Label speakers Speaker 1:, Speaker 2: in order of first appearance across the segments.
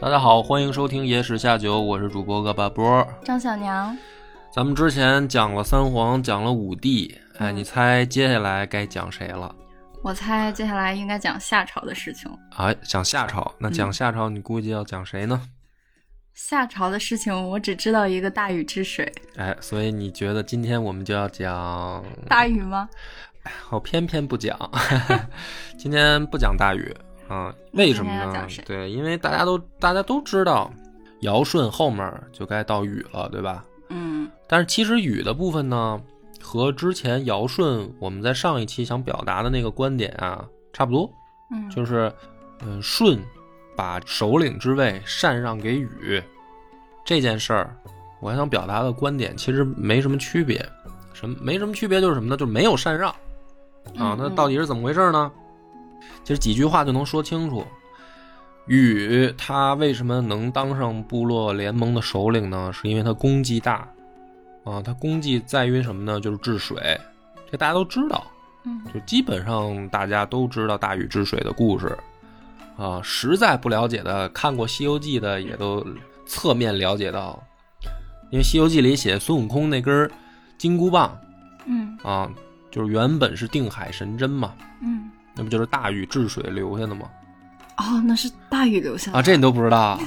Speaker 1: 大家好，欢迎收听《野史下酒》，我是主播恶霸波。
Speaker 2: 张小娘，
Speaker 1: 咱们之前讲了三皇，讲了五帝，
Speaker 2: 嗯
Speaker 1: 哎，你猜接下来该讲谁了？
Speaker 2: 我猜接下来应该讲夏朝的事情。
Speaker 1: 哎，讲夏朝。那讲夏朝，你估计要讲谁呢？
Speaker 2: 夏朝的事情，我只知道一个大禹治水。
Speaker 1: 哎，所以你觉得今天我们就要讲？
Speaker 2: 大禹吗？
Speaker 1: 我偏偏不讲， 今天不讲大禹啊？为什么
Speaker 2: 今天要
Speaker 1: 呢
Speaker 2: 讲谁？
Speaker 1: 对，因为大家都大家都知道，尧舜后面就该到禹了，对吧？
Speaker 2: 嗯
Speaker 1: 但是其实禹的部分呢，和之前尧舜我们在上一期想表达的那个观点啊，差不多，
Speaker 2: 嗯，
Speaker 1: 就是，嗯，舜把首领之位禅让给禹这件事儿，我想表达的观点其实没什么区别，什么没什么区别就是什么呢？就是没有禅让啊
Speaker 2: 嗯。
Speaker 1: 那到底是怎么回事呢？其实几句话就能说清楚。禹他为什么能当上部落联盟的首领呢？是因为他功绩大，啊，他功绩在于什么呢？就是治水，这大家都知道，
Speaker 2: 嗯
Speaker 1: 就基本上大家都知道大禹治水的故事，啊，实在不了解的，看过《西游记》的也都侧面了解到，因为《西游记》里写孙悟空那根金箍棒
Speaker 2: 嗯
Speaker 1: 啊，就是原本是定海神针嘛，
Speaker 2: 嗯，
Speaker 1: 那不就是大禹治水留下的吗？
Speaker 2: 哦，那是大禹留下的
Speaker 1: 啊，这你都不知道？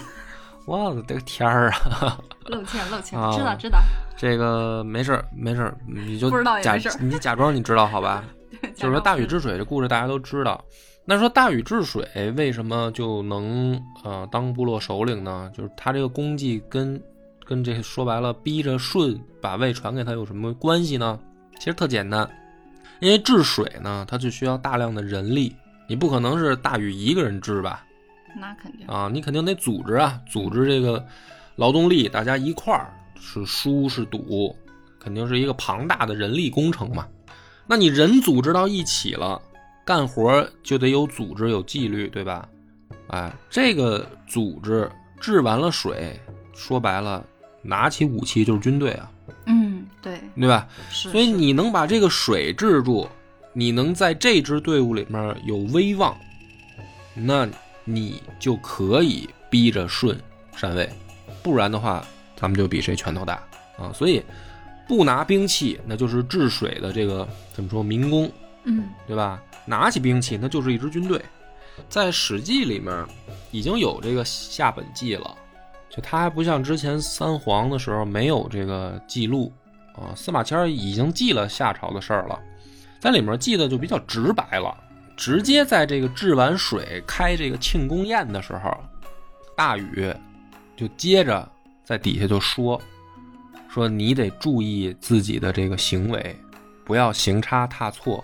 Speaker 1: 我的天儿啊！
Speaker 2: 露怯露怯
Speaker 1: 啊，
Speaker 2: 知道知道，
Speaker 1: 这个没事儿，没事儿，你就
Speaker 2: 不知道也
Speaker 1: 假
Speaker 2: 没事儿
Speaker 1: 你假装你知道好吧？就是说大禹
Speaker 2: 治
Speaker 1: 治水这故事大家都知道。那说大禹治水为什么就能呃当部落首领呢？就是他这个功绩跟跟这说白了逼着舜把位传给他有什么关系呢？其实特简单，因为治水呢，它就需要大量的人力，你不可能是大禹一个人治吧？
Speaker 2: 那肯定，
Speaker 1: 啊，你肯定得组织啊，组织这个劳动力，大家一块儿是输是赌，肯定是一个庞大的人力工程嘛。那你人组织到一起了，干活儿就得有组织有纪律，对吧？哎，这个组织治完了水，说白了，拿起武器就是军队啊，
Speaker 2: 嗯对，
Speaker 1: 对吧？
Speaker 2: 是，
Speaker 1: 所以
Speaker 2: 是
Speaker 1: 你能把这个水治住，你能在这支队伍里面有威望，那你就可以逼着舜禅位，不然的话，咱们就比谁拳头大啊！所以不拿兵器，那就是治水的这个怎么说民工，
Speaker 2: 嗯
Speaker 1: 对吧？拿起兵器，那就是一支军队。在《史记》里面已经有这个下本纪了，就它还不像之前三皇的时候没有这个记录啊。司马迁儿已经记了夏朝的事儿了，在里面记得就比较直白了，直接在这个治完水开这个庆功宴的时候，大禹就接着在底下就说说你得注意自己的这个行为，不要行差踏错，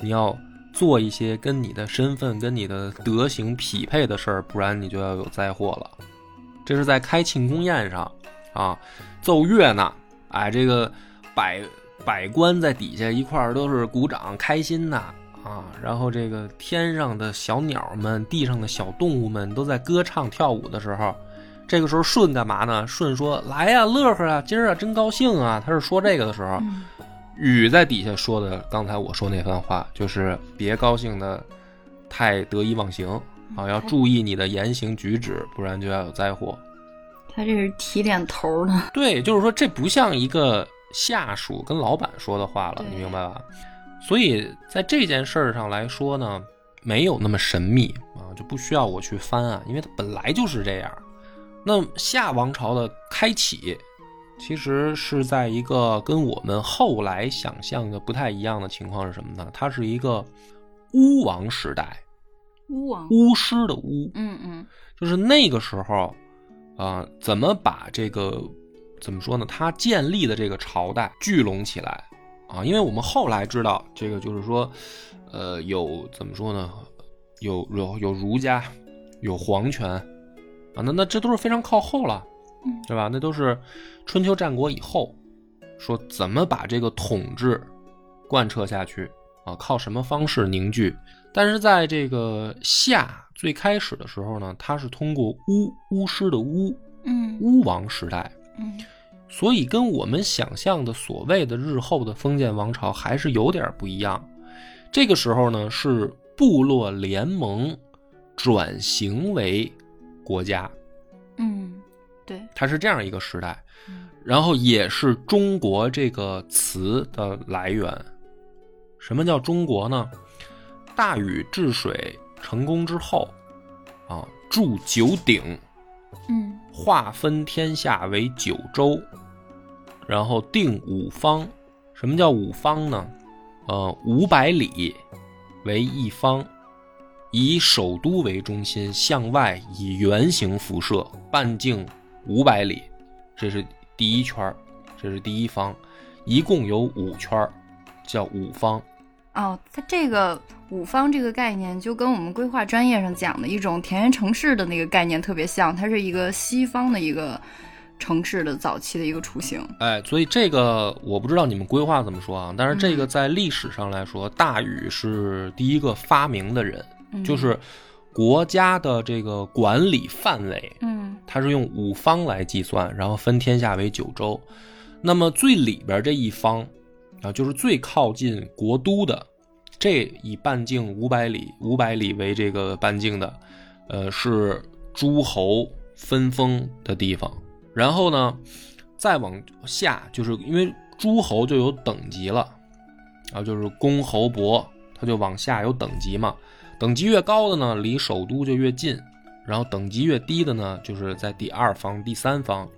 Speaker 1: 你要做一些跟你的身份、跟你的德行匹配的事儿，不然你就要有灾祸了。这是在开庆功宴上啊，奏乐呢，哎，这个百百官在底下一块儿都是鼓掌开心呐啊，然后这个天上的小鸟们、地上的小动物们都在歌唱跳舞的时候。这个时候舜干嘛呢？舜说：“来呀、乐呵啊，今儿啊真高兴啊！”他是说这个的时候，
Speaker 2: 嗯
Speaker 1: 禹在底下说的，刚才我说那番话，就是别高兴的太得意忘形啊，要注意你的言行举止，不然就要有灾祸。
Speaker 2: 他这是提点头呢，
Speaker 1: 对，就是说这不像一个下属跟老板说的话了，
Speaker 2: 对
Speaker 1: 你明白吧？所以在这件事儿上来说呢，没有那么神秘啊，就不需要我去翻啊，因为它本来就是这样。那夏王朝的开启，其实是在一个跟我们后来想象的不太一样的情况是什么呢？它是一个巫王时代，
Speaker 2: 巫王，
Speaker 1: 巫师的巫，
Speaker 2: 嗯嗯
Speaker 1: 就是那个时候，啊、怎么把这个怎么说呢？他建立的这个朝代聚拢起来啊，因为我们后来知道，这个就是说，呃，有怎么说呢？有有有儒家，有皇权，啊，那那这都是非常靠后了
Speaker 2: 嗯，
Speaker 1: 对吧？那都是春秋战国以后，说怎么把这个统治贯彻下去啊，靠什么方式凝聚？但是在这个夏最开始的时候呢，它是通过巫巫师的巫
Speaker 2: 嗯
Speaker 1: 巫王时代，
Speaker 2: 嗯
Speaker 1: 所以跟我们想象的所谓的日后的封建王朝还是有点不一样。这个时候呢，是部落联盟转型为国家，
Speaker 2: 嗯，对，
Speaker 1: 它是这样一个时代
Speaker 2: 嗯，
Speaker 1: 然后也是中国这个词的来源。什么叫中国呢？大禹治水成功之后，啊，筑九鼎，
Speaker 2: 嗯
Speaker 1: 划分天下为九州，然后定五方。什么叫五方呢？呃，五百里为一方，以首都为中心向外以圆形辐射，半径五百里，这是第一圈儿，这是第一方，一共有五圈儿，叫五方。
Speaker 2: 哦，它这个五方这个概念就跟我们规划专业上讲的一种田园城市的那个概念特别像，它是一个西方的一个城市的早期的一个雏形。
Speaker 1: 哎，所以这个我不知道你们规划怎么说啊，但是这个在历史上来说，大禹是第一个发明的人，
Speaker 2: 嗯
Speaker 1: 就是国家的这个管理范围，
Speaker 2: 嗯
Speaker 1: 它是用五方来计算，然后分天下为九州。那么最里边这一方啊，就是最靠近国都的，这以半径五百里，五百里为这个半径的，呃，是诸侯分封的地方。然后呢，再往下，就是因为诸侯就有等级了，啊，就是公侯伯，它就往下有等级嘛。等级越高的呢，离首都就越近；然后等级越低的呢，就是在第二方、第三方。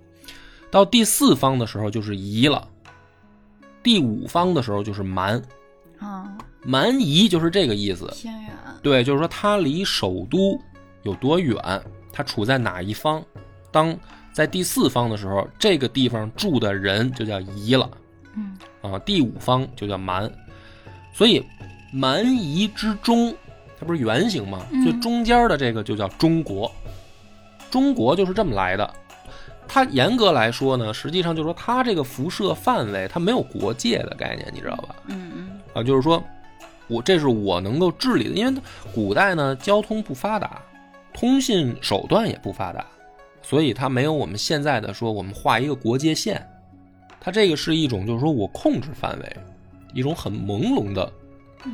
Speaker 1: 到第四方的时候就是夷了，第五方的时候就是蛮，
Speaker 2: 啊，
Speaker 1: 蛮夷就是这个意思。
Speaker 2: 偏远。
Speaker 1: 对，就是说它离首都有多远，它处在哪一方。当在第四方的时候，这个地方住的人就叫夷了。
Speaker 2: 嗯
Speaker 1: 啊，第五方就叫蛮，所以蛮夷之中，它不是圆形吗？
Speaker 2: 嗯
Speaker 1: 就中间的这个就叫中国，中国就是这么来的。它严格来说呢，实际上就是说它这个辐射范围它没有国界的概念，你知道吧？
Speaker 2: 嗯嗯
Speaker 1: 啊，就是说我这是我能够治理的，因为古代呢交通不发达，通信手段也不发达，所以它没有我们现在的说我们画一个国界线，它这个是一种就是说我控制范围，一种很朦胧的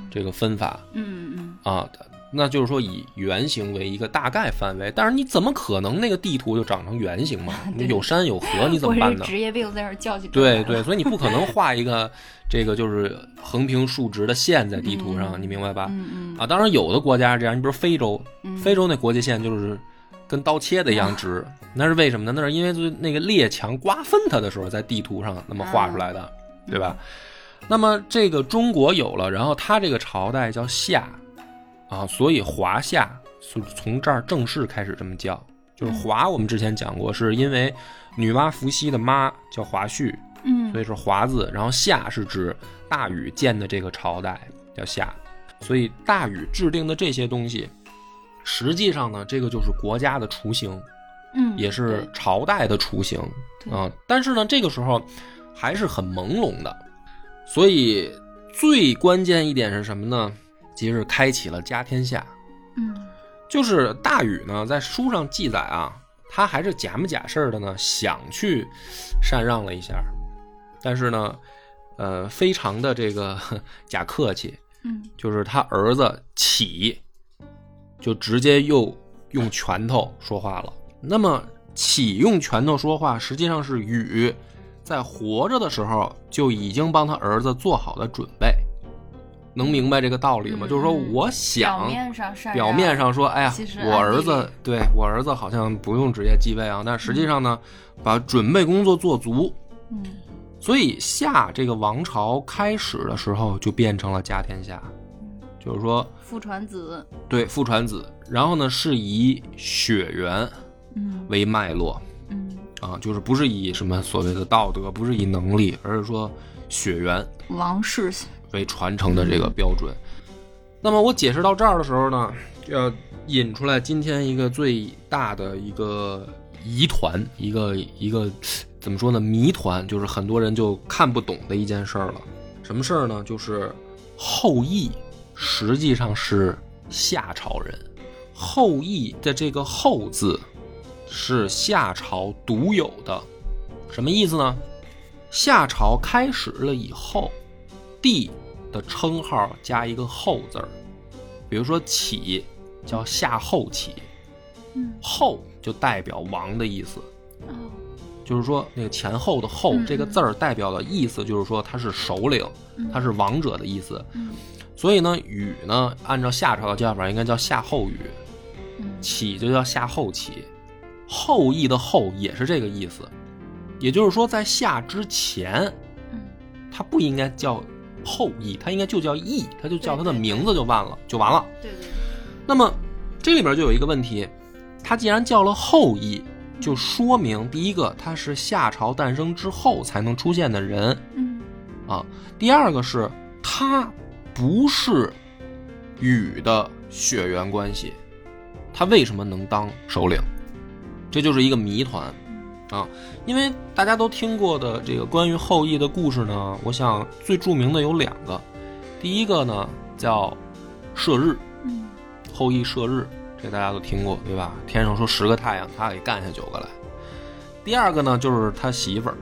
Speaker 1: 这个分法
Speaker 2: 嗯嗯
Speaker 1: 啊。那就是说，以圆形为一个大概范围，但是你怎么可能那个地图就长成圆形嘛？你
Speaker 2: 对
Speaker 1: 有山有河，你
Speaker 2: 嗯，
Speaker 1: 怎么
Speaker 2: 我
Speaker 1: 办
Speaker 2: 是
Speaker 1: 呢？
Speaker 2: 职业病，在这儿叫起出来
Speaker 1: 对
Speaker 2: 了
Speaker 1: 对，，所以你不可能画一个这个就是横平竖直的线在地图上，
Speaker 2: 嗯
Speaker 1: 你明白吧？
Speaker 2: 嗯
Speaker 1: 啊，当然有的国家是这样，你比如非洲，
Speaker 2: 嗯，啊
Speaker 1: 非洲那国界线就是跟刀切的一样直，那是为什么呢？那是因为就是那个列强瓜分它的时候在地图上那么画
Speaker 2: 啊
Speaker 1: 出来的，对吧？
Speaker 2: 嗯
Speaker 1: 那么这个中国有了，然后它这个朝代叫夏，啊，所以华夏是从这儿正式开始这么叫，就是
Speaker 2: 嗯
Speaker 1: 华。我们之前讲过，是因为女娲伏羲的妈叫华胥，
Speaker 2: 嗯
Speaker 1: 所以是华字，然后夏是指大禹建的这个朝代叫夏，所以大禹制定的这些东西，实际上呢，这个就是国家的雏形，
Speaker 2: 嗯
Speaker 1: 也是朝代的雏形
Speaker 2: 对
Speaker 1: 啊、但是呢，这个时候还是很朦胧的，所以最关键一点是什么呢？即是开启了家天下，
Speaker 2: 嗯
Speaker 1: 就是大禹呢，在书上记载啊，他还是假模假式的呢，想去禅让了一下，但是呢，呃，非常的这个 呵假客气，
Speaker 2: 嗯
Speaker 1: 就是他儿子启，就直接又用拳头说话了。那么启用拳头说话，实际上是禹在活着的时候就已经帮他儿子做好了准备，能明白这个道理吗？
Speaker 2: 嗯
Speaker 1: 就是说，
Speaker 2: 嗯
Speaker 1: 我想
Speaker 2: 表面上善
Speaker 1: 表
Speaker 2: 良
Speaker 1: 面上说，哎呀
Speaker 2: 其实，
Speaker 1: 我
Speaker 2: 暗地
Speaker 1: 儿
Speaker 2: 里
Speaker 1: 子对我儿子好像不用直接继位啊，但实际上呢，把准备工作做足。
Speaker 2: 嗯
Speaker 1: 所以夏这个王朝开始的时候就变成了家天下，
Speaker 2: 嗯
Speaker 1: 就是说
Speaker 2: 父传子
Speaker 1: 对父传子，然后呢是以血缘
Speaker 2: 嗯
Speaker 1: 为脉络
Speaker 2: 嗯
Speaker 1: 啊，就是不是以什么所谓的道德，不是以能力，而是说血缘
Speaker 2: 王室
Speaker 1: 为传承的这个标准。那么我解释到这儿的时候呢，要引出来今天一个最大的一个疑团，一个一个怎么说呢？谜团，就是很多人就看不懂的一件事儿了。什么事儿呢？就是后羿实际上是夏朝人，后羿的这个“后”字是夏朝独有的，什么意思呢？夏朝开始了以后，帝的称号加一个“后”字儿，比如说启叫夏后启，
Speaker 2: 嗯
Speaker 1: 后就代表王的意思，
Speaker 2: 哦，
Speaker 1: 就是说那个前后的后
Speaker 2: 嗯
Speaker 1: 这个字儿代表的意思就是说他是首领，
Speaker 2: 嗯
Speaker 1: 他是王者的意思。
Speaker 2: 嗯
Speaker 1: 所以呢，禹呢按照夏朝的叫法应该叫夏后禹，
Speaker 2: 嗯
Speaker 1: 启就叫夏后启，后羿的后也是这个意思，也就是说在夏之前，
Speaker 2: 嗯
Speaker 1: 他不应该叫后羿，他应该就叫羿，他就叫他的
Speaker 2: 对对对
Speaker 1: 名字就完了，就完了。
Speaker 2: 对对，
Speaker 1: 那么这里边就有一个问题，他既然叫了后羿，就说明第一个他是夏朝诞生之后才能出现的人
Speaker 2: 嗯
Speaker 1: 啊，第二个是他不是禹的血缘关系，他为什么能当首领？这就是一个谜团啊！因为大家都听过的这个关于后羿的故事呢，我想最著名的有两个，第一个呢叫射日，
Speaker 2: 嗯
Speaker 1: 后羿射日，这大家都听过对吧？天上说十个太阳，他给干下九个来。第二个呢，就是他媳妇儿，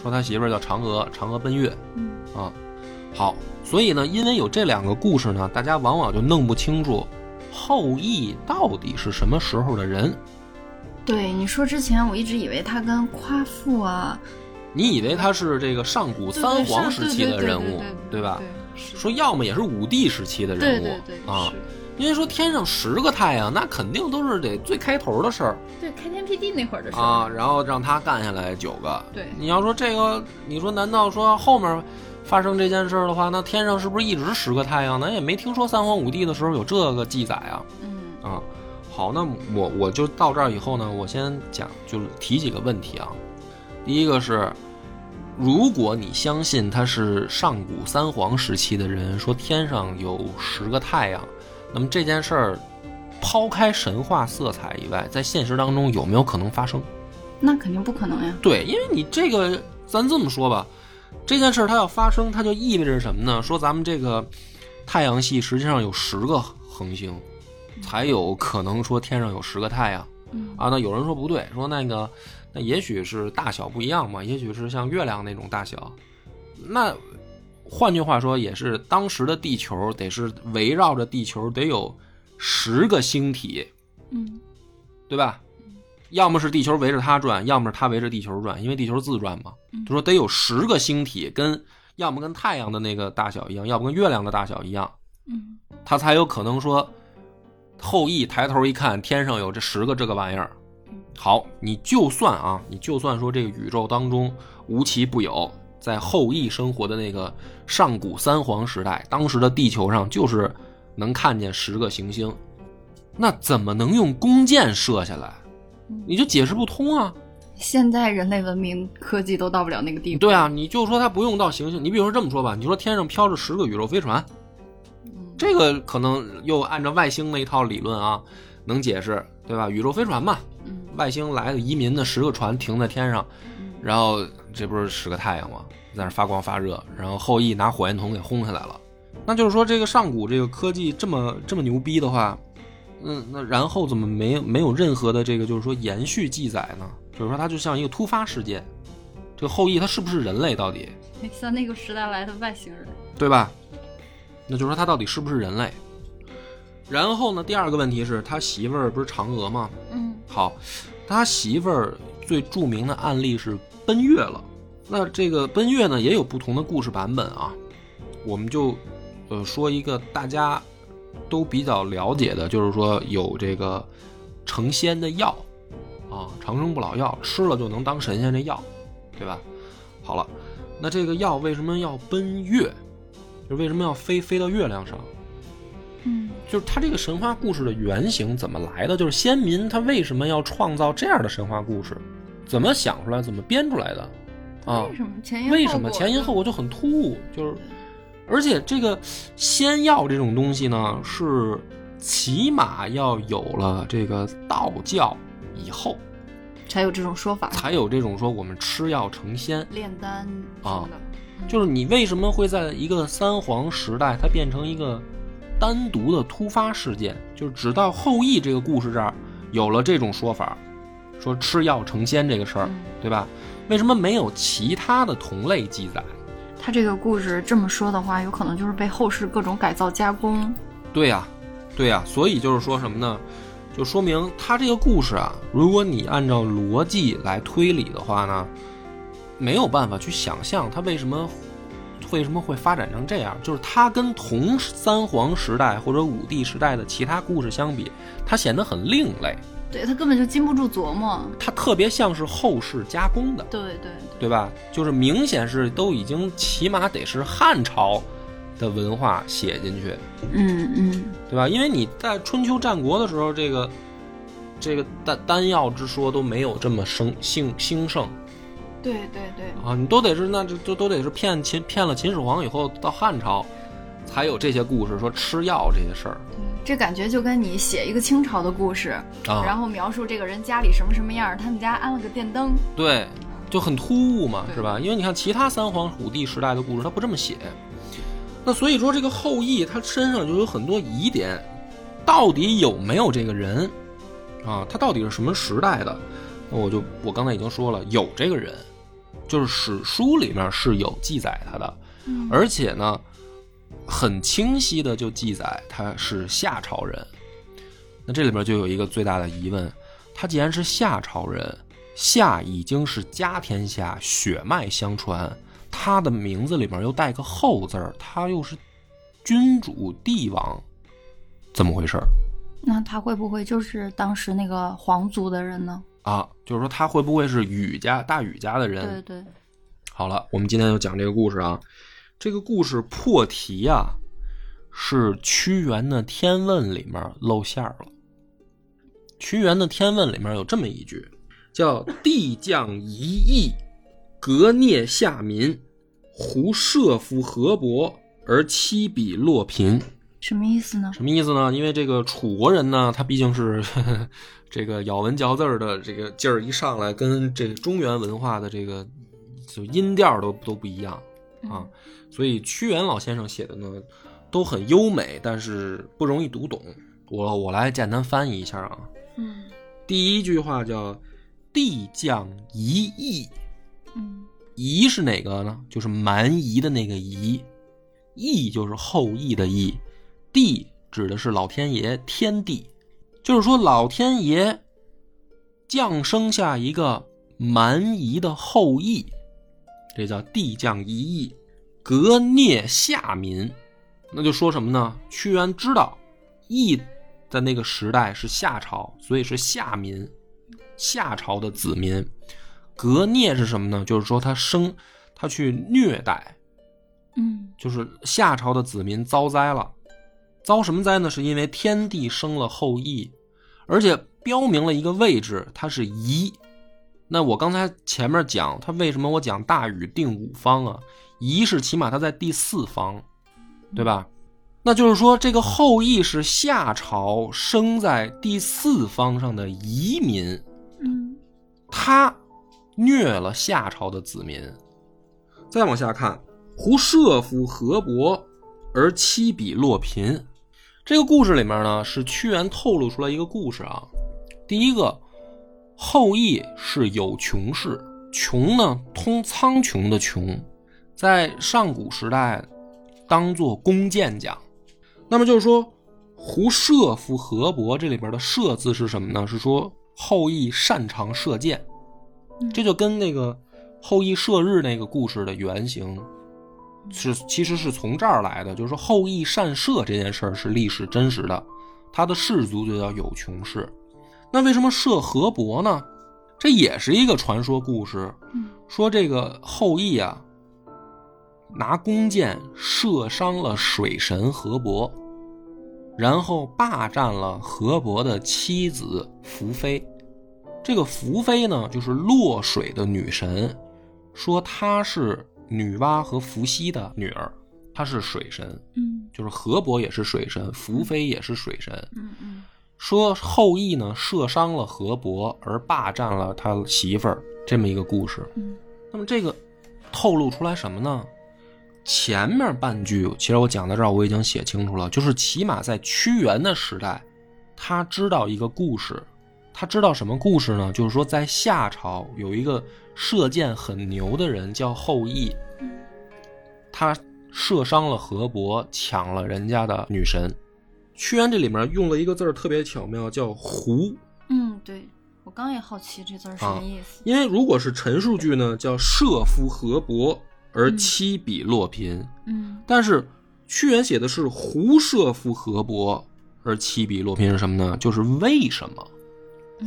Speaker 1: 说他媳妇儿叫嫦娥，嫦娥奔月
Speaker 2: 嗯
Speaker 1: 啊。好，所以呢，因为有这两个故事呢，大家往往就弄不清楚后羿到底是什么时候的人。
Speaker 2: 对，你说之前我一直以为他跟夸父啊
Speaker 1: 你以为他是这个上古三皇时期的人物，对吧？？说要么也是武帝时期的
Speaker 2: 对
Speaker 1: 人物
Speaker 2: 对对
Speaker 1: 啊，因为说天上十个太阳，那肯定都是得最开头的事儿。
Speaker 2: 对开天辟地那会儿的事
Speaker 1: 啊，然后让他干下来九个。
Speaker 2: 对
Speaker 1: 你要说这个，你说难道说后面发生这件事儿的话，那天上是不是一直十个太阳呢？也没听说三皇五帝的时候有这个记载啊。
Speaker 2: 嗯
Speaker 1: 啊，好，那我我就到这儿以后呢，我先讲，就是提几个问题啊。第一个是，如果你相信他是上古三皇时期的人，说天上有十个太阳，那么这件事儿，抛开神话色彩以外，在现实当中有没有可能发生？
Speaker 2: 那肯定不可能呀。
Speaker 1: 对，因为你这个，咱这么说吧，这件事儿它要发生，它就意味着什么呢？说咱们这个太阳系实际上有十个恒星，才有可能说天上有十个太阳
Speaker 2: 嗯
Speaker 1: 啊。那有人说不对，说那个那也许是大小不一样嘛，也许是像月亮那种大小。那换句话说，也是当时的地球得是围绕着地球得有十个星体，
Speaker 2: 嗯
Speaker 1: 对吧？要么是地球围着它转，要么是它围着地球转，因为地球自转嘛
Speaker 2: 嗯。
Speaker 1: 就说得有十个星体跟，要么跟太阳的那个大小一样，要么跟月亮的大小一样，
Speaker 2: 嗯
Speaker 1: 它才有可能说，后羿抬头一看，天上有这十个这个玩意儿
Speaker 2: 嗯。
Speaker 1: 好，你就算啊，你就算说这个宇宙当中无奇不有，在后羿生活的那个上古三皇时代，当时的地球上就是能看见十个行星，那怎么能用弓箭射下来？你就解释不通啊！
Speaker 2: 现在人类文明科技都到不了那个地步。
Speaker 1: 对啊，你就说它不用到行星，你比如说这么说吧，你说天上飘着十个宇宙飞船，
Speaker 2: 嗯，
Speaker 1: 这个可能又按照外星那一套理论啊，能解释，对吧？宇宙飞船嘛，
Speaker 2: 嗯
Speaker 1: 外星来的移民的十个船停在天上，
Speaker 2: 嗯
Speaker 1: 然后这不是十个太阳吗？在那发光发热，然后后羿拿火焰筒给轰下来了。那就是说，这个上古这个科技这么这么牛逼的话，嗯，那然后怎么没有没有任何的这个就是说延续记载呢？就是说，它就像一个突发事件。这个后羿他是不是人类到底，
Speaker 2: 像那个时代来的外星人。
Speaker 1: 对吧？那就是说他到底是不是人类？然后呢，第二个问题是他媳妇儿不是嫦娥吗？
Speaker 2: 嗯
Speaker 1: 好，他媳妇儿最著名的案例是奔月了。那这个奔月呢，也有不同的故事版本啊。我们就呃说一个大家都比较了解的，就是说有这个成仙的药啊，长生不老药，吃了就能当神仙这药，对吧？好了，那这个药为什么要奔月？就为什么要飞飞到月亮上？
Speaker 2: 嗯
Speaker 1: 就是它这个神话故事的原型怎么来的？就是先民他为什么要创造这样的神话故事？怎么想出来？怎么编出来的？啊
Speaker 2: 为，什么前因
Speaker 1: 为什么前因后
Speaker 2: 果
Speaker 1: 果就很突兀？就是，而且这个仙药这种东西呢，是起码要有了这个道教以后，
Speaker 2: 才有这种说法，
Speaker 1: 才有这种说我们吃药成仙。
Speaker 2: 炼丹
Speaker 1: 啊
Speaker 2: 什么的，嗯
Speaker 1: 就是你为什么会在一个三皇时代，它变成一个单独的突发事件？就是直到后羿这个故事这儿有了这种说法，说吃药成仙这个事儿，
Speaker 2: 嗯
Speaker 1: 对吧？为什么没有其他的同类记载？
Speaker 2: 他这个故事这么说的话，有可能就是被后世各种改造加工。
Speaker 1: 对呀、对呀、所以就是说什么呢？就说明他这个故事啊，如果你按照逻辑来推理的话呢，没有办法去想象他为什么为什么会发展成这样。就是他跟同三皇时代或者五帝时代的其他故事相比，他显得很另类，
Speaker 2: 对他根本就禁不住琢磨。
Speaker 1: 他特别像是后世加工的，
Speaker 2: 对对对，
Speaker 1: 对吧？就是明显是都已经起码得是汉朝的文化写进去，
Speaker 2: 嗯嗯，
Speaker 1: 对吧？因为你在春秋战国的时候，这个这个丹丹药之说都没有这么盛兴兴盛
Speaker 2: 对对对，
Speaker 1: 啊，你都得是那这都都得是骗秦骗了秦始皇以后，到汉朝才有这些故事说吃药这些事儿
Speaker 2: 这感觉就跟你写一个清朝的故事，
Speaker 1: 啊，
Speaker 2: 然后描述这个人家里什么什么样儿，他们家安了个电灯。
Speaker 1: 对，就很突兀嘛，
Speaker 2: 对
Speaker 1: 是吧？因为你看其他三皇五帝时代的故事，他不这么写。那所以说，这个后羿他身上就有很多疑点，到底有没有这个人啊？他到底是什么时代的？那我就我刚才已经说了，有这个人，就是史书里面是有记载他的，
Speaker 2: 嗯
Speaker 1: 而且呢，很清晰的就记载他是夏朝人。那这里边就有一个最大的疑问：他既然是夏朝人，夏已经是家天下，血脉相传，他的名字里面又带个后字儿，他又是君主帝王，怎么回事儿
Speaker 2: 那他会不会就是当时那个皇族的人呢？
Speaker 1: 啊？就是说他会不会是禹家大禹家的人？
Speaker 2: 对对，
Speaker 1: 好了，我们今天就讲这个故事啊。这个故事破题啊，是屈原的《天问》里面露馅儿了。屈原的《天问》里面有这么一句，叫“地将一役，革聂下民，胡射夫河伯，而妻比洛贫”。
Speaker 2: 什么意思呢？
Speaker 1: 什么意思呢？因为这个楚国人呢，他毕竟是 这个咬文嚼字儿的这个劲儿一上来，跟这中原文化的这个就音调都都不一样啊，所以屈原老先生写的呢都很优美，但是不容易读懂。我我来简单翻译一下啊，
Speaker 2: 嗯
Speaker 1: 第一句话叫“地将夷邑”，
Speaker 2: 嗯
Speaker 1: 夷是哪个呢？就是蛮夷的那个夷，羿就是后羿的羿，帝指的是老天爷天帝，就是说老天爷降生下一个蛮夷的后羿，这叫帝降一羿，革聂下民。那就说什么呢？屈原知道羿在，E 那个时代是夏朝，所以是夏民，夏朝的子民。革聂是什么呢？就是说他生，他去虐待，
Speaker 2: 嗯
Speaker 1: 就是夏朝的子民遭灾了。遭什么灾呢？是因为天帝生了后羿，而且标明了一个位置，它是夷。那我刚才前面讲，他为什么我讲大禹定五方啊？夷是起码他在第四方，对吧？那就是说，这个后羿是夏朝生在第四方上的夷民，
Speaker 2: 嗯
Speaker 1: 他虐了夏朝的子民。再往下看，胡射夫河伯，而妻比洛贫。这个故事里面呢，是屈原透露出来一个故事啊。第一个，后羿是有穷氏，穷呢通苍穹的穷，在上古时代当做弓箭讲。那么就是说，胡射夫河伯这里边的射字是什么呢？是说后羿擅长射箭，这就跟那个后羿射日那个故事的原型是其实是从这儿来的，就是说后羿善射这件事儿是历史真实的，他的氏族就叫有穷氏。那为什么射河伯呢？这也是一个传说故事，
Speaker 2: 嗯
Speaker 1: 说这个后羿啊，拿弓箭射伤了水神河伯，然后霸占了河伯的妻子福妃。这个福妃呢，就是洛水的女神，说她是女娲和伏羲的女儿，她是水神。
Speaker 2: 嗯
Speaker 1: 就是河伯也是水神，伏妃也是水神。
Speaker 2: 嗯嗯，
Speaker 1: 说后羿呢射伤了河伯，而霸占了他媳妇儿，这么一个故事。
Speaker 2: 嗯
Speaker 1: 那么这个透露出来什么呢？前面半句其实我讲到这儿我已经写清楚了，就是起码在屈原的时代，他知道一个故事，他知道什么故事呢？就是说在夏朝有一个射箭很牛的人叫后羿，他射伤了河伯，抢了人家的女神。屈原这里面用了一个字儿特别巧妙，叫“狐
Speaker 2: 嗯，对我刚也好奇这字儿什么意”，思。
Speaker 1: 啊因为如果是陈述句呢，叫“射夫河伯而妻比洛嫔”，
Speaker 2: 嗯
Speaker 1: 但是屈原写的是“狐射夫河伯而妻比洛嫔”是什么呢？就是为什么？
Speaker 2: 嗯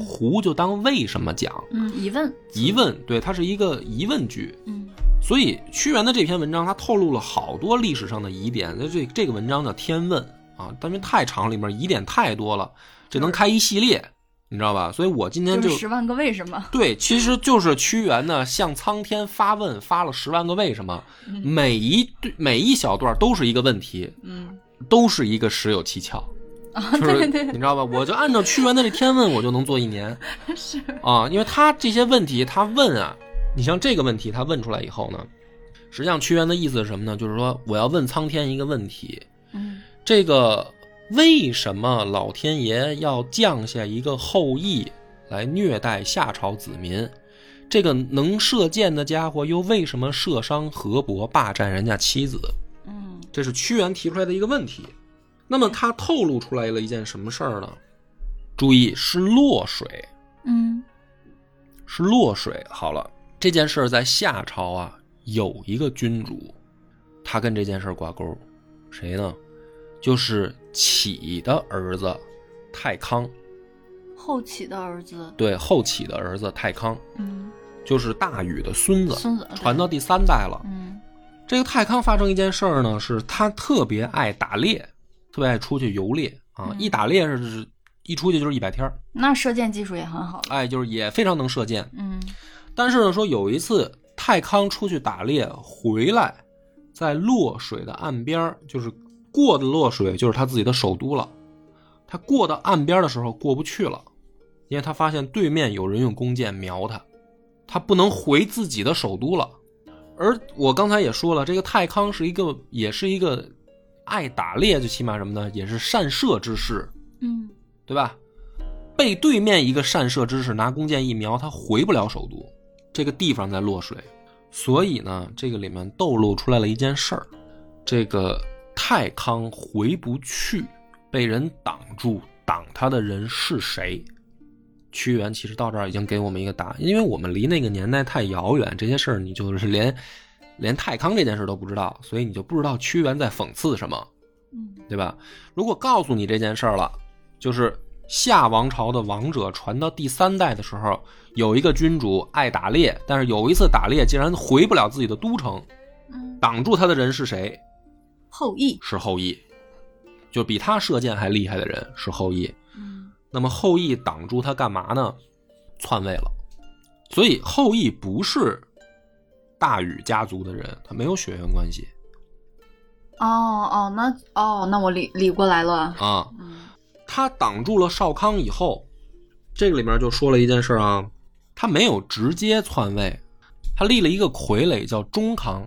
Speaker 1: 狐就当为什么讲，
Speaker 2: 嗯，疑问。
Speaker 1: 疑问，对，它是一个疑问句。
Speaker 2: 嗯
Speaker 1: 所以屈原的这篇文章，它透露了好多历史上的疑点。那这这个文章叫《天问》啊，但是太长，里面疑点太多了，这能开一系列，你知道吧？所以我今天
Speaker 2: 就
Speaker 1: 就是
Speaker 2: 十万个为什么。
Speaker 1: 对，其实就是屈原呢向苍天发问，发了十万个为什么，每一对每一小段都是一个问题，
Speaker 2: 嗯啊
Speaker 1: 都是一个十有七巧。就是你知道吧？我就按照屈原的这天问，我就能做一年。
Speaker 2: 是
Speaker 1: 啊，因为他这些问题，他问啊，你像这个问题，他问出来以后呢，实际上屈原的意思是什么呢？就是说我要问苍天一个问题，
Speaker 2: 嗯
Speaker 1: 这个为什么老天爷要降下一个后羿来虐待夏朝子民？这个能射箭的家伙又为什么射伤河伯，霸占人家妻子？
Speaker 2: 嗯
Speaker 1: 这是屈原提出来的一个问题。那么他透露出来了一件什么事儿呢？注意是洛水，
Speaker 2: 嗯
Speaker 1: 是洛水。好了，这件事儿在夏朝啊，有一个君主，他跟这件事儿挂钩，谁呢？就是启的儿子太康，
Speaker 2: 后起的儿子。
Speaker 1: 对，后启的儿子太康，
Speaker 2: 嗯，
Speaker 1: 就是大禹的孙子，
Speaker 2: 孙子对
Speaker 1: 传到第三代了。
Speaker 2: 嗯
Speaker 1: 这个太康发生一件事儿呢，是他特别爱打猎，特别爱出去游猎啊，
Speaker 2: 嗯
Speaker 1: 一打猎是一出去就是一百天儿，
Speaker 2: 那射箭技术也很好了。
Speaker 1: 哎，就是也非常能射箭。
Speaker 2: 嗯
Speaker 1: 但是呢，说有一次太康出去打猎回来，在洛水的岸边儿，就是过的洛水就是他自己的首都了。他过到岸边的时候过不去了，因为他发现对面有人用弓箭瞄他，他不能回自己的首都了。而我刚才也说了，这个太康是一个，也是一个爱打猎，最起码什么呢，也是善射之士，
Speaker 2: 嗯
Speaker 1: 对吧？被对面一个善射之士拿弓箭一瞄，他回不了首都，这个地方在洛水，所以呢，这个里面透露出来了一件事儿，这个太康回不去，被人挡住，挡他的人是谁？屈原其实到这儿已经给我们一个答案，因为我们离那个年代太遥远，这些事儿你就是连连太康这件事都不知道，所以你就不知道屈原在讽刺什么。
Speaker 2: 嗯
Speaker 1: 对吧？如果告诉你这件事儿了，就是夏王朝的王者传到第三代的时候，有一个君主爱打猎，但是有一次打猎竟然回不了自己的都城，
Speaker 2: 嗯，
Speaker 1: 挡住他的人是谁？
Speaker 2: 后羿。
Speaker 1: 是后羿，就比他射箭还厉害的人是后羿。
Speaker 2: 嗯
Speaker 1: 那么后羿挡住他干嘛呢？篡位了。所以后羿不是大禹家族的人，他没有血缘关系
Speaker 2: 哦哦，那哦那我理理过来了。
Speaker 1: 啊。
Speaker 2: 嗯
Speaker 1: 他挡住了少康以后，这个里面就说了一件事儿啊，他没有直接篡位，他立了一个傀儡叫中康，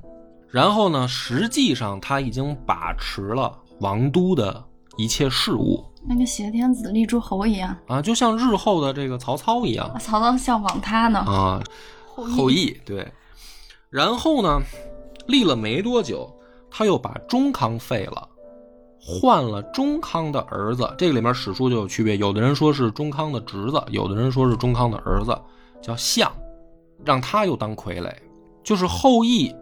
Speaker 1: 然后呢，实际上他已经把持了王都的一切事务
Speaker 2: 那跟挟天子立诸侯一样，
Speaker 1: 啊，就像日后的这个曹操一样
Speaker 2: 曹操向往他呢。
Speaker 1: 啊，后羿对，然后呢，立了没多久，他又把中康废了，换了中康的儿子。这个里面史书就有区别，有的人说是中康的侄子，有的人说是中康的儿子，叫象，让他又当傀儡，就是后羿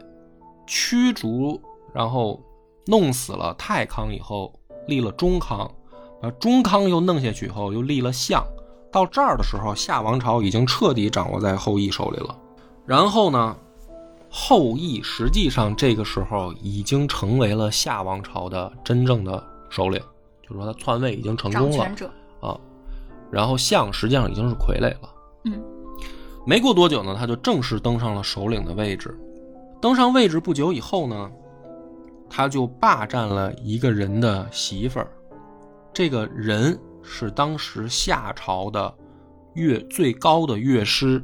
Speaker 1: 驱逐，然后弄死了太康以后，立了中康，把中康又弄下去以后，又立了象。到这儿的时候，夏王朝已经彻底掌握在后羿手里了。然后呢，后羿实际上这个时候已经成为了夏王朝的真正的首领，就是说他篡位已经成
Speaker 2: 掌
Speaker 1: 功了
Speaker 2: 权。者。
Speaker 1: 啊，然后象实际上已经是傀儡了。
Speaker 2: 嗯
Speaker 1: 没过多久呢，他就正式登上了首领的位置。登上位置不久以后呢，他就霸占了一个人的媳妇儿，这个人是当时夏朝的乐最高的乐师，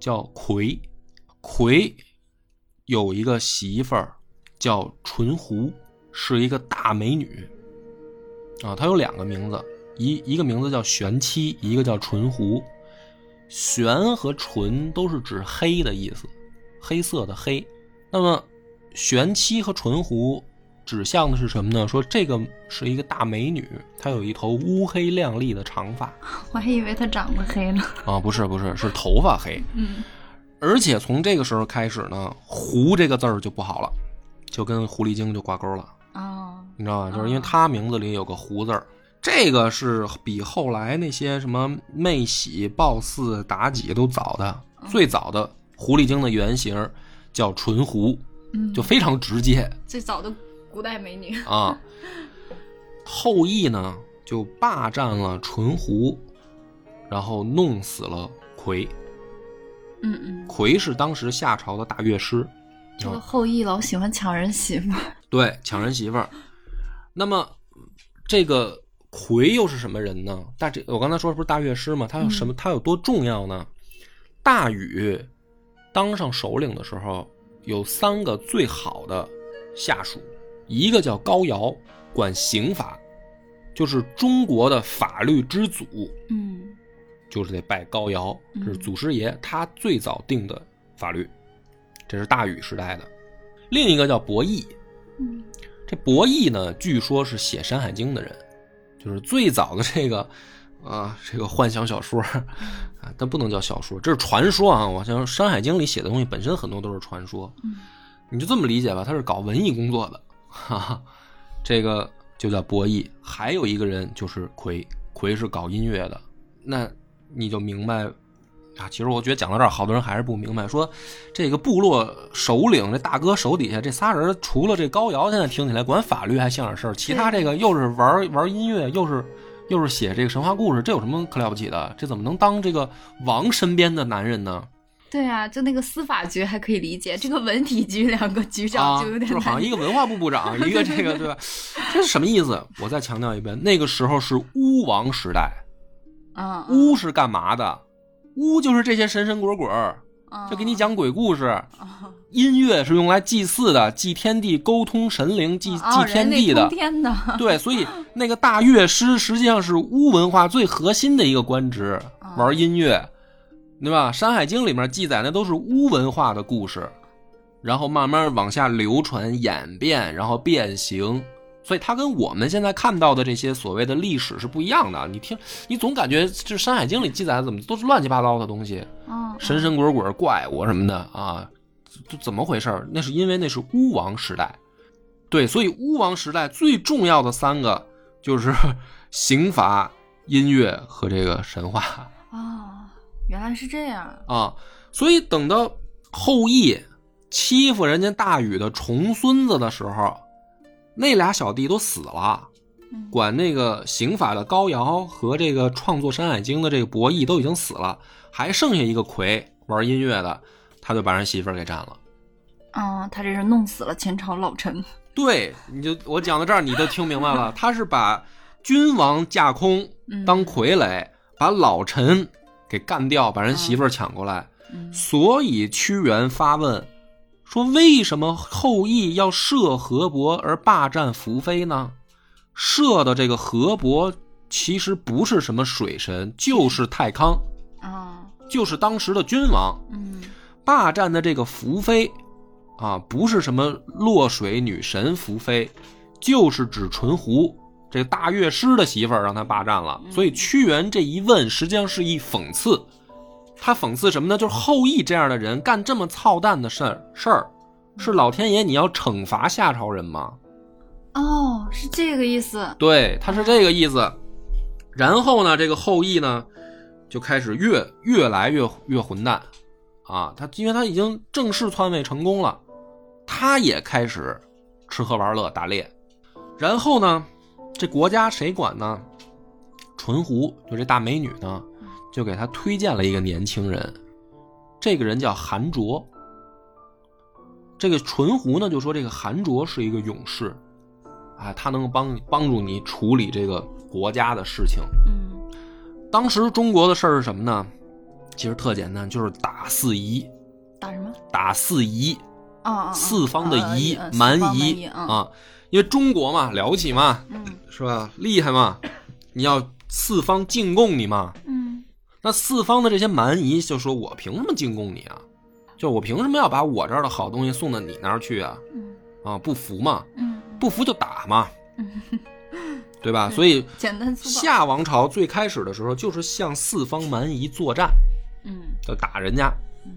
Speaker 1: 叫魁。魁有一个媳妇儿叫纯狐，是一个大美女啊，她有两个名字，一一个名字叫玄妻，一个叫纯狐。玄和纯都是指黑的意思，黑色的黑。那么玄妻和纯狐指向的是什么呢？说这个是一个大美女，她有一头乌黑亮丽的长发
Speaker 2: 我还以为他长得黑了。
Speaker 1: 啊，不是不是，是头发黑。
Speaker 2: 嗯，
Speaker 1: 而且从这个时候开始呢，“狐”这个字儿就不好了，就跟狐狸精就挂钩了，
Speaker 2: 哦，
Speaker 1: 你知道吧？就是因为她名字里有个“狐”字儿，这个是比后来那些什么妹喜、褒姒、妲己都早的。
Speaker 2: 嗯
Speaker 1: 最早的狐狸精的原型叫纯狐，
Speaker 2: 嗯
Speaker 1: 就非常直 接
Speaker 2: 最早的古代美女。
Speaker 1: 啊。后羿呢就霸占了纯狐，然后弄死了魁。
Speaker 2: 嗯嗯，
Speaker 1: 魁是当时夏朝的大乐师，
Speaker 2: 这
Speaker 1: 啊
Speaker 2: 个后羿老喜欢抢人媳妇儿。
Speaker 1: 对，抢人媳妇儿。那么这个魁又是什么人呢？大这我刚才说不是大乐师吗？他有什么？他有多重要呢？大禹当上首领的时候，有三个最好的下属，一个叫高尧，管刑法，就是中国的法律之祖，
Speaker 2: 嗯
Speaker 1: 就是得拜高尧，
Speaker 2: 嗯
Speaker 1: 这是祖师爷，他最早定的法律，这是大禹时代的。另一个叫伯益，
Speaker 2: 嗯
Speaker 1: 这伯益呢，据说是写《山海经》的人，就是最早的这个，呃，这个幻想小说啊，但不能叫小说，这是传说啊。我想《山海经》里写的东西本身很多都是传说，
Speaker 2: 嗯
Speaker 1: 你就这么理解吧，他是搞文艺工作的，哈哈，这个就叫博弈。还有一个人就是魁，魁是搞音乐的，那你就明白啊。其实我觉得讲到这儿，好多人还是不明白，说这个部落首领这大哥手底下这仨人，除了这高瑶，现在听起来管法律还像点事儿，其他这个又是玩玩音乐，又是。又是写这个神话故事，这有什么可了不起的？这怎么能当这个王身边的男人呢？
Speaker 2: 对啊，就那个司法局还可以理解，这个文体局两个局
Speaker 1: 啊，
Speaker 2: 长就有点
Speaker 1: 是好
Speaker 2: 难
Speaker 1: 像一个文化部部 长，一个这个对吧？这是什么意思？我再强调一遍，那个时候是巫王时代，
Speaker 2: 啊，
Speaker 1: 巫是干嘛的？巫就是这些神神鬼鬼儿，
Speaker 2: 啊
Speaker 1: 就给你讲鬼故事。
Speaker 2: 啊
Speaker 1: 音乐是用来祭祀的，祭天地、沟通神灵、祭祭
Speaker 2: 哦
Speaker 1: 天
Speaker 2: 人类
Speaker 1: 地的
Speaker 2: 通。天的，
Speaker 1: 对，所以那个大乐师实际上是巫文化最核心的一个官职
Speaker 2: 啊，
Speaker 1: 玩音乐，对吧？《山海经》里面记载的都是巫文化的故事，然后慢慢往下流传、演变，然后变形。所以它跟我们现在看到的这些所谓的历史是不一样的。你听，你总感觉这《山海经》里记载的怎么都是乱七八糟的东西，
Speaker 2: 啊
Speaker 1: 神神鬼鬼、怪物什么的啊，这怎么回事儿？那是因为那是巫王时代，对，所以巫王时代最重要的三个就是刑罚、音乐和这个神话
Speaker 2: 啊，原来是这样，
Speaker 1: 啊。所以等到后羿欺负人家大禹的重孙子的时候，那俩小弟都死了。
Speaker 2: 嗯
Speaker 1: 管那个刑法的高尧和这个创作《山海经》的这个伯益都已经死了，还剩下一个魁玩音乐的，他就把人媳妇儿给占了。
Speaker 2: 啊，他这是弄死了前朝老臣，
Speaker 1: 对，你就我讲到这儿，你就听明白了。他是把君王架空
Speaker 2: 嗯
Speaker 1: 当傀儡，把老臣给干掉，把人媳妇儿抢过来。
Speaker 2: 嗯
Speaker 1: 所以屈原发问说：“为什么后羿要射河伯而霸占伏妃呢？射的这个河伯其实不是什么水神，就是太康，
Speaker 2: 啊，
Speaker 1: 就是当时的君王。
Speaker 2: 嗯
Speaker 1: 霸占的这个伏妃啊，不是什么落水女神伏妃，就是指纯狐这个大乐师的媳妇儿让他霸占了。所以屈原这一问，实际上是一讽刺。他讽刺什么呢？就是后羿这样的人干这么操蛋的事儿事儿，是老天爷你要惩罚夏朝人吗？
Speaker 2: 哦，是这个意思，
Speaker 1: 对，他是这个意思。然后呢，这个后羿呢，就开始越越来越越混蛋啊！他因为他已经正式篡位成功了，他也开始吃喝玩乐打猎。然后呢，这国家谁管呢？纯狐就这大美女呢，就给他推荐了一个年轻人，这个人叫韩卓。这个纯胡呢，就说这个韩卓是一个勇士，啊，他能帮帮助你处理这个国家的事情。
Speaker 2: 嗯
Speaker 1: 当时中国的事儿是什么呢？其实特简单，就是打四夷，
Speaker 2: 打什么？
Speaker 1: 打四夷，
Speaker 2: 啊啊啊！
Speaker 1: 嗯呃四方的夷
Speaker 2: 啊，
Speaker 1: 蛮夷
Speaker 2: 夷，
Speaker 1: 啊，因为中国嘛，了不起嘛，
Speaker 2: 嗯
Speaker 1: 是吧？厉害嘛，你要四方进贡你嘛。
Speaker 2: 嗯
Speaker 1: 那四方的这些蛮夷就说：“我凭什么进贡你啊？就我凭什么要把我这儿的好东西送到你那儿去啊？
Speaker 2: 嗯
Speaker 1: 啊，不服嘛，
Speaker 2: 嗯，
Speaker 1: 不服就打 嘛，
Speaker 2: 嗯
Speaker 1: 对吧？所以
Speaker 2: 简单粗暴。
Speaker 1: 夏王朝最开始的时候就是向四方蛮夷作战，
Speaker 2: 嗯
Speaker 1: 就打人家。
Speaker 2: 嗯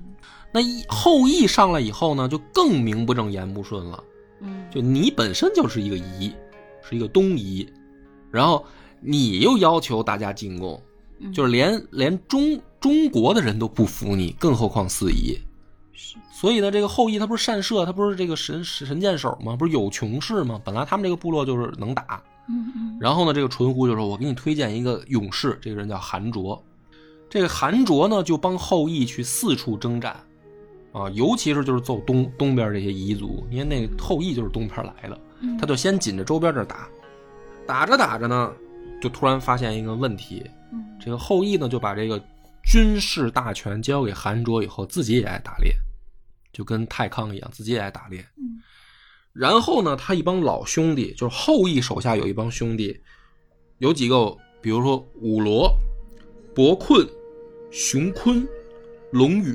Speaker 1: 那一后羿上来以后呢，就更名不正言不顺了。
Speaker 2: 嗯，
Speaker 1: 就你本身就是一个夷，是一个东夷，然后你又要求大家进贡，
Speaker 2: 嗯
Speaker 1: 就是连连中中国的人都不服你，更何况四夷。
Speaker 2: 是
Speaker 1: 所以呢，这个后羿他不是善射，他不是这个神神箭手吗？不是有穷氏吗？本来他们这个部落就是能打。
Speaker 2: 嗯嗯
Speaker 1: 然后呢，这个淳乎就说：“我给你推荐一个勇士，这个人叫韩卓。这个韩卓呢，就帮后羿去四处征战，啊，尤其是就是揍东东边这些彝族，因为那个后羿就是东边来的。
Speaker 2: 嗯，
Speaker 1: 他就先紧着周边这儿打，打着打着呢，就突然发现一个问题，
Speaker 2: 嗯
Speaker 1: 这个后羿呢就把这个军事大权交给韩卓以后，自己也爱打猎，就跟太康一样，自己也爱打猎。
Speaker 2: 嗯
Speaker 1: 然后呢，他一帮老兄弟，就是后羿手下有一帮兄弟，有几个，比如说武罗、伯困、熊坤、龙宇，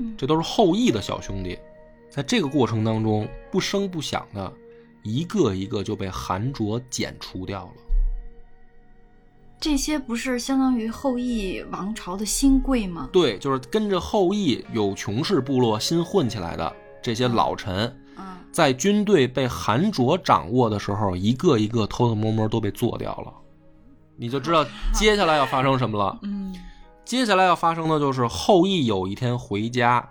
Speaker 2: 嗯
Speaker 1: 这都是后羿的小兄弟。在这个过程当中，不声不响的，一个一个就被韩卓剪除掉了。
Speaker 2: 这些不是相当于后羿王朝的新贵吗？
Speaker 1: 对，就是跟着后羿有穷氏部落新混起来的这些老臣，
Speaker 2: 啊，
Speaker 1: 在军队被韩卓掌握的时候，一个一个偷偷摸摸都被做掉了。你就知道接下来要发生什么了。
Speaker 2: 嗯
Speaker 1: 接下来要发生的就是后羿有一天回家，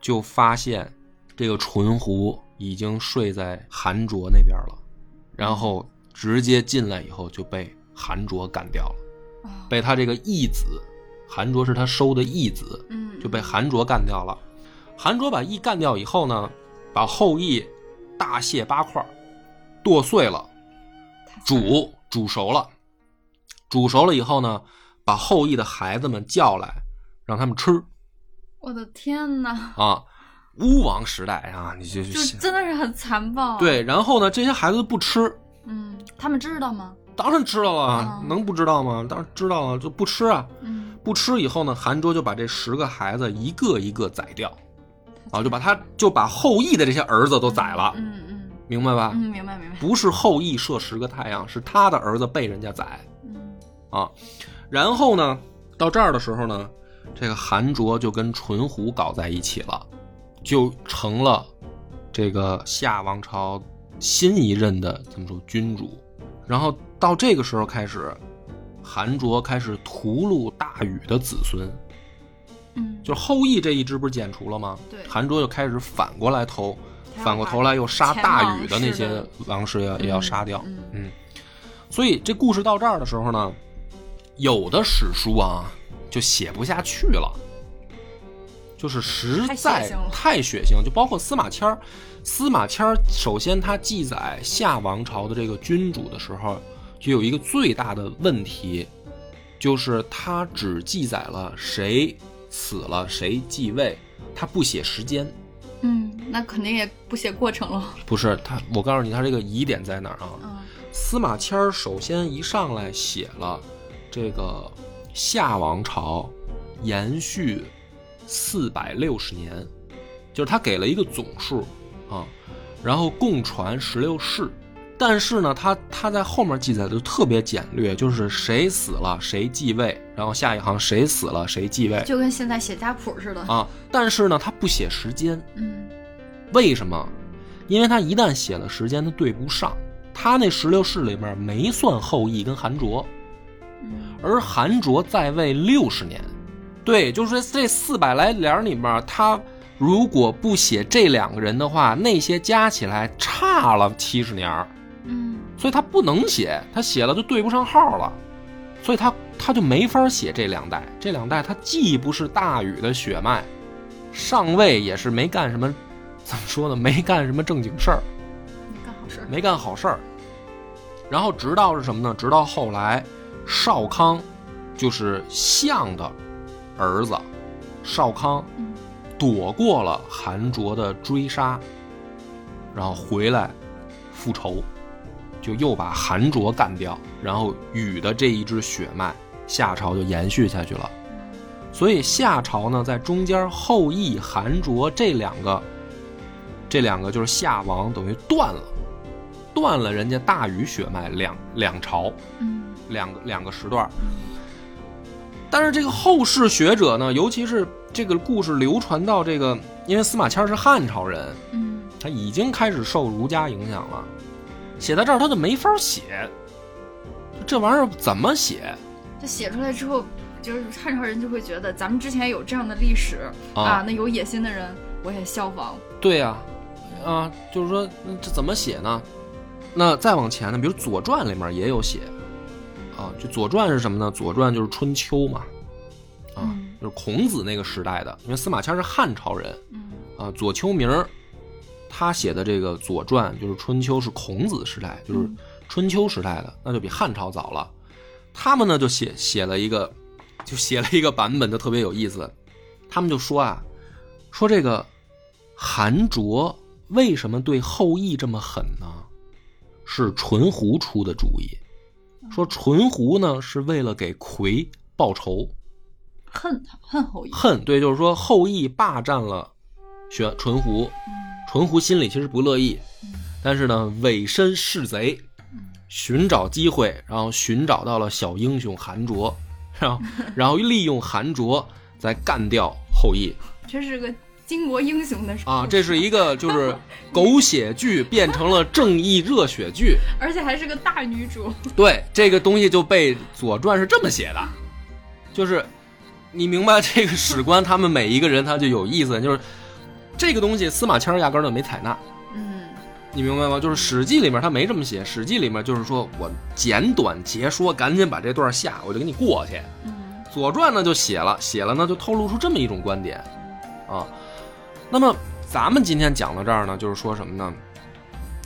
Speaker 1: 就发现这个淳乎已经睡在韩卓那边了，然后直接进来以后就被韩卓干掉了，
Speaker 2: 啊，
Speaker 1: 被他这个义子，韩卓是他收的义子，
Speaker 2: 嗯
Speaker 1: 就被韩卓干掉了。韩卓把羿干掉以后呢，把后羿大卸八块儿，剁碎了，煮煮熟了，煮熟了以后呢，把后羿的孩子们叫来，让他们吃
Speaker 2: 我的天哪，
Speaker 1: 啊。巫王时代啊，你就
Speaker 2: 就真的是很残暴。，啊
Speaker 1: 对。然后呢，这些孩子不吃，
Speaker 2: 嗯，他们知道吗？
Speaker 1: 当然知道了，
Speaker 2: 嗯
Speaker 1: 能不知道吗？当然知道了，就不吃啊。
Speaker 2: 嗯，
Speaker 1: 不吃以后呢，韩卓就把这十个孩子一个一个宰掉，啊，就把他就把后羿的这些儿子都宰了，
Speaker 2: 嗯嗯
Speaker 1: 明白吧？
Speaker 2: 嗯，明白明白。
Speaker 1: 不是后羿射十个太阳，是他的儿子被人家宰
Speaker 2: 嗯
Speaker 1: 啊。然后呢，到这儿的时候呢，这个韩卓就跟淳乎搞在一起了，就成了这个夏王朝新一任的怎么说君主。然后到这个时候开始，韩卓开始屠戮大禹的子孙，
Speaker 2: 嗯，
Speaker 1: 就是后羿这一支不是剪除了吗？
Speaker 2: 对
Speaker 1: 韩卓就开始反过来投，
Speaker 2: 要
Speaker 1: 反过头来又杀大禹的那
Speaker 2: 把前
Speaker 1: 些
Speaker 2: 王
Speaker 1: 王室也也要杀掉。
Speaker 2: 嗯
Speaker 1: 嗯，所以这故事到这儿的时候呢，有的史书啊就写不下去了，就是实在
Speaker 2: 太血腥了
Speaker 1: 太血腥，就包括司马迁儿。司马迁儿首先他记载夏王朝的这个君主的时候，就有一个最大的问题，就是他只记载了谁死了谁继位，他不写时间。
Speaker 2: 嗯，那肯定也不写过程了。
Speaker 1: 不是他，我告诉你，他这个疑点在哪儿啊？
Speaker 2: 嗯
Speaker 1: 司马迁儿首先一上来写了这个夏王朝延续四百六十年，就是他给了一个总数啊，然后共传十六世。但是呢，他他在后面记载的就特别简略，就是谁死了谁继位，然后下一行谁死了谁继位
Speaker 2: 就跟现在写家谱似的。
Speaker 1: 啊。但是呢，他不写时间，
Speaker 2: 嗯
Speaker 1: 为什么？因为他一旦写了时间，他对不上。他那十六世里面没算后羿跟韩卓，
Speaker 2: 嗯
Speaker 1: 而韩卓在位六十年，对，就是这四百来联儿里面，他如果不写这两个人的话，那些加起来差了七十年儿，
Speaker 2: 嗯
Speaker 1: 所以他不能写，他写了就对不上号了，所以他他就没法写这两代，这两代他既不是大禹的血脉，上位也是没干什么怎么说呢，没干什么正经事儿，
Speaker 2: 干好事儿。
Speaker 1: 没干好事儿。然后直到是什么呢？直到后来，少康就是项的儿子少康
Speaker 2: 嗯
Speaker 1: 躲过了韩卓的追杀，然后回来复仇，就又把韩卓干掉，然后禹的这一支血脉夏朝就延续下去了。所以夏朝呢，在中间后羿、韩卓这两个，这两个就是夏王，等于断了，断了人家大禹血脉两两朝
Speaker 2: 嗯
Speaker 1: 两个两个时段儿。但是这个后世学者呢，尤其是这个故事流传到这个，因为司马迁是汉朝人，
Speaker 2: 嗯
Speaker 1: 他已经开始受儒家影响了。写到这儿他就没法写，这玩意儿怎么写
Speaker 2: 这写出来之后，就是汉朝人就会觉得咱们之前有这样的历史啊，那有野心的人我也消防。
Speaker 1: 对呀、啊，就是说嗯这怎么写呢？那再往前呢，比如《左传》里面也有写，啊，就《左传》是什么呢？《左传》就是春秋嘛，啊，
Speaker 2: 嗯
Speaker 1: 就是孔子那个时代的，因为司马迁是汉朝人
Speaker 2: 嗯
Speaker 1: 啊，左丘明儿他写的这个《左传》就是春秋是孔子时代，就是
Speaker 2: 嗯
Speaker 1: 春秋时代的，那就比汉朝早了。他们呢就写写了一个，就写了一个版本，就特别有意思。他们就说啊，说这个韩卓为什么对后羿这么狠呢？是淳胡出的主意。
Speaker 2: 嗯
Speaker 1: 说淳胡呢是为了给葵报仇，
Speaker 2: 恨他，恨后羿。
Speaker 1: 恨对，就是说后羿霸占了玄淳胡，
Speaker 2: 嗯
Speaker 1: 淳胡心里其实不乐意，但是呢，委身是贼，
Speaker 2: 嗯
Speaker 1: 寻找机会，然后寻找到了小英雄韩卓，
Speaker 2: 嗯
Speaker 1: 然后然后利用韩卓再干掉后羿
Speaker 2: 这是个巾帼英雄的
Speaker 1: 啊，
Speaker 2: 故
Speaker 1: 这
Speaker 2: 事
Speaker 1: 是一个就是狗血剧变成了正义热血剧，
Speaker 2: 而且还是个大女主。
Speaker 1: 对，这个东西就被《左传》是这么写的，就是你明白这个史官他们每一个人他就有意思，就是这个东西司马迁压根儿就没采纳，
Speaker 2: 嗯
Speaker 1: 你明白吗？就是《史记》里面他没这么写，《史记》里面就是说我简短截说，赶紧把这段下，我就给你过去。
Speaker 2: 嗯
Speaker 1: 《左传》呢就写了，写了呢就透露出这么一种观点啊。那么咱们今天讲到这儿呢，就是说什么呢？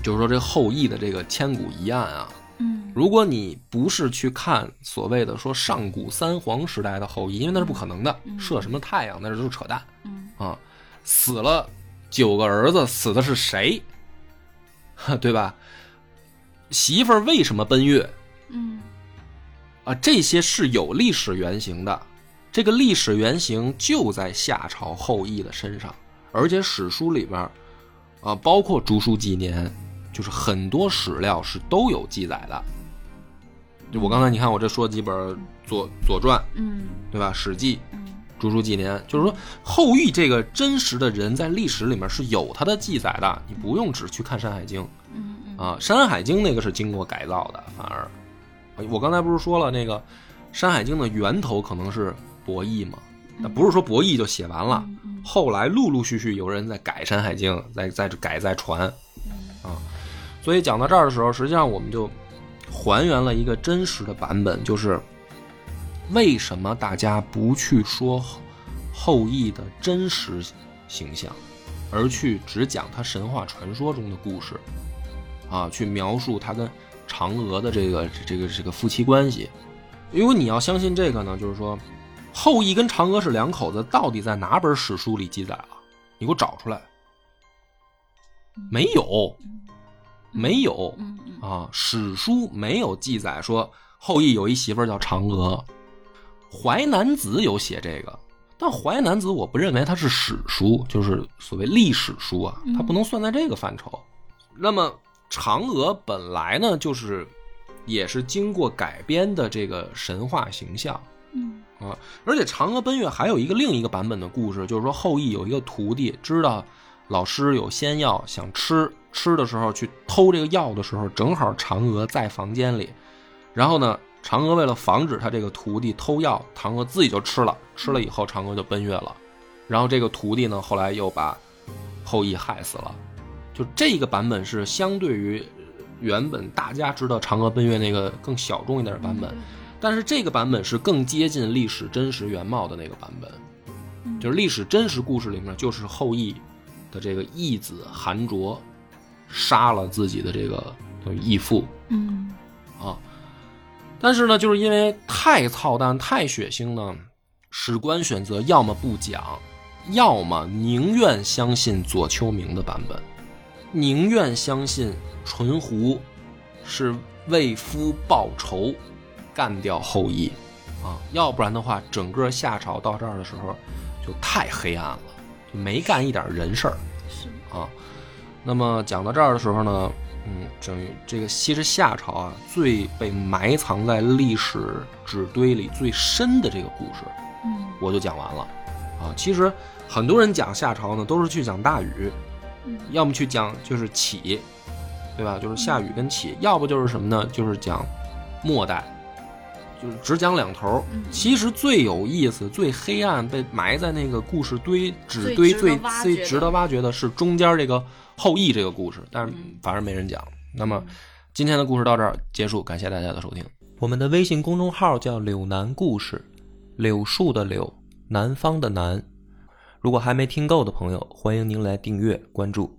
Speaker 1: 就是说这后羿的这个千古一案啊，
Speaker 2: 嗯
Speaker 1: 如果你不是去看所谓的说上古三皇时代的后羿，因为那是不可能的，
Speaker 2: 嗯
Speaker 1: 射什么太阳那就是扯淡
Speaker 2: 嗯
Speaker 1: 啊！死了九个儿子，死的是谁？ 呵对吧？媳妇儿为什么奔月
Speaker 2: 嗯
Speaker 1: 啊？这些是有历史原型的，这个历史原型就在夏朝后羿的身上，而且史书里边儿啊，包括《竹书纪年》，就是很多史料是都有记载的。就我刚才你看，我这说几本《左左传》，
Speaker 2: 嗯
Speaker 1: 对吧？《史记》《
Speaker 2: 嗯
Speaker 1: 竹书纪年》，就是说后羿这个真实的人在历史里面是有他的记载的，你不用只去看《山海经》
Speaker 2: 嗯
Speaker 1: 啊，《山海经》那个是经过改造的，反而我刚才不是说了那个《山海经》的源头可能是博弈嘛？那不是说博弈就写完了，
Speaker 2: 嗯
Speaker 1: 后来陆陆续续有人在改《山海经》，在在改在传，啊，所以讲到这儿的时候，实际上我们就还原了一个真实的版本，就是为什么大家不去说后后羿的真实形象，而去只讲他神话传说中的故事，啊，去描述他跟嫦娥的这个这个这个夫妻关系，因为你要相信这个呢，就是说。后羿跟嫦娥是两口子，到底在哪本史书里记载了？你给我找出来。没有，没有
Speaker 2: 嗯嗯
Speaker 1: 啊，史书没有记载说后羿有一媳妇儿叫嫦娥，《淮南子》有写这个，但《淮南子》我不认为它是史书，就是所谓历史书啊，它不能算在这个范畴。那么嫦娥本来呢，就是也是经过改编的这个神话形象，
Speaker 2: 嗯
Speaker 1: 啊，而且嫦娥奔月还有一个另一个版本的故事，就是说后羿有一个徒弟知道老师有仙药想吃，吃的时候去偷这个药的时候，正好嫦娥在房间里，然后呢，嫦娥为了防止他这个徒弟偷药，嫦娥自己就吃了，吃了以后嫦娥就奔月了，然后这个徒弟呢后来又把后羿害死了，就这个版本是相对于原本大家知道嫦娥奔月那个更小众一点的版本。但是这个版本是更接近历史真实原貌的那个版本，就是历史真实故事里面就是后羿的这个义子韩卓杀了自己的这个就是义父
Speaker 2: 嗯
Speaker 1: 啊。但是呢，就是因为太操蛋、太血腥呢，史官选择要么不讲，要么宁愿相信左丘明的版本，宁愿相信纯狐是为夫报仇，干掉后羿啊，要不然的话，整个夏朝到这儿的时候就太黑暗了，就没干一点人事儿。
Speaker 2: 是
Speaker 1: 啊。那么讲到这儿的时候呢，嗯，等于这个其实夏朝啊最被埋藏在历史纸堆里最深的这个故事，
Speaker 2: 嗯
Speaker 1: 我就讲完了啊。其实很多人讲夏朝呢，都是去讲大禹，
Speaker 2: 嗯
Speaker 1: 要么去讲就是启，对吧？就是夏禹跟启，要不就是什么呢？就是讲末代，就是只讲两头儿。
Speaker 2: 嗯
Speaker 1: 其实最有意思、最黑暗、被埋在那个故事堆、纸
Speaker 2: 最
Speaker 1: 堆
Speaker 2: 值得
Speaker 1: 最
Speaker 2: 挖掘
Speaker 1: 最
Speaker 2: 的
Speaker 1: 值得挖掘的是中间这个后羿这个故事，但是
Speaker 2: 嗯
Speaker 1: 反而没人讲。那么今天的故事到这儿结束，感谢大家的收听。我们的微信公众号叫“柳南故事”，柳树的柳，南方的南。如果还没听够的朋友，欢迎您来订阅关注。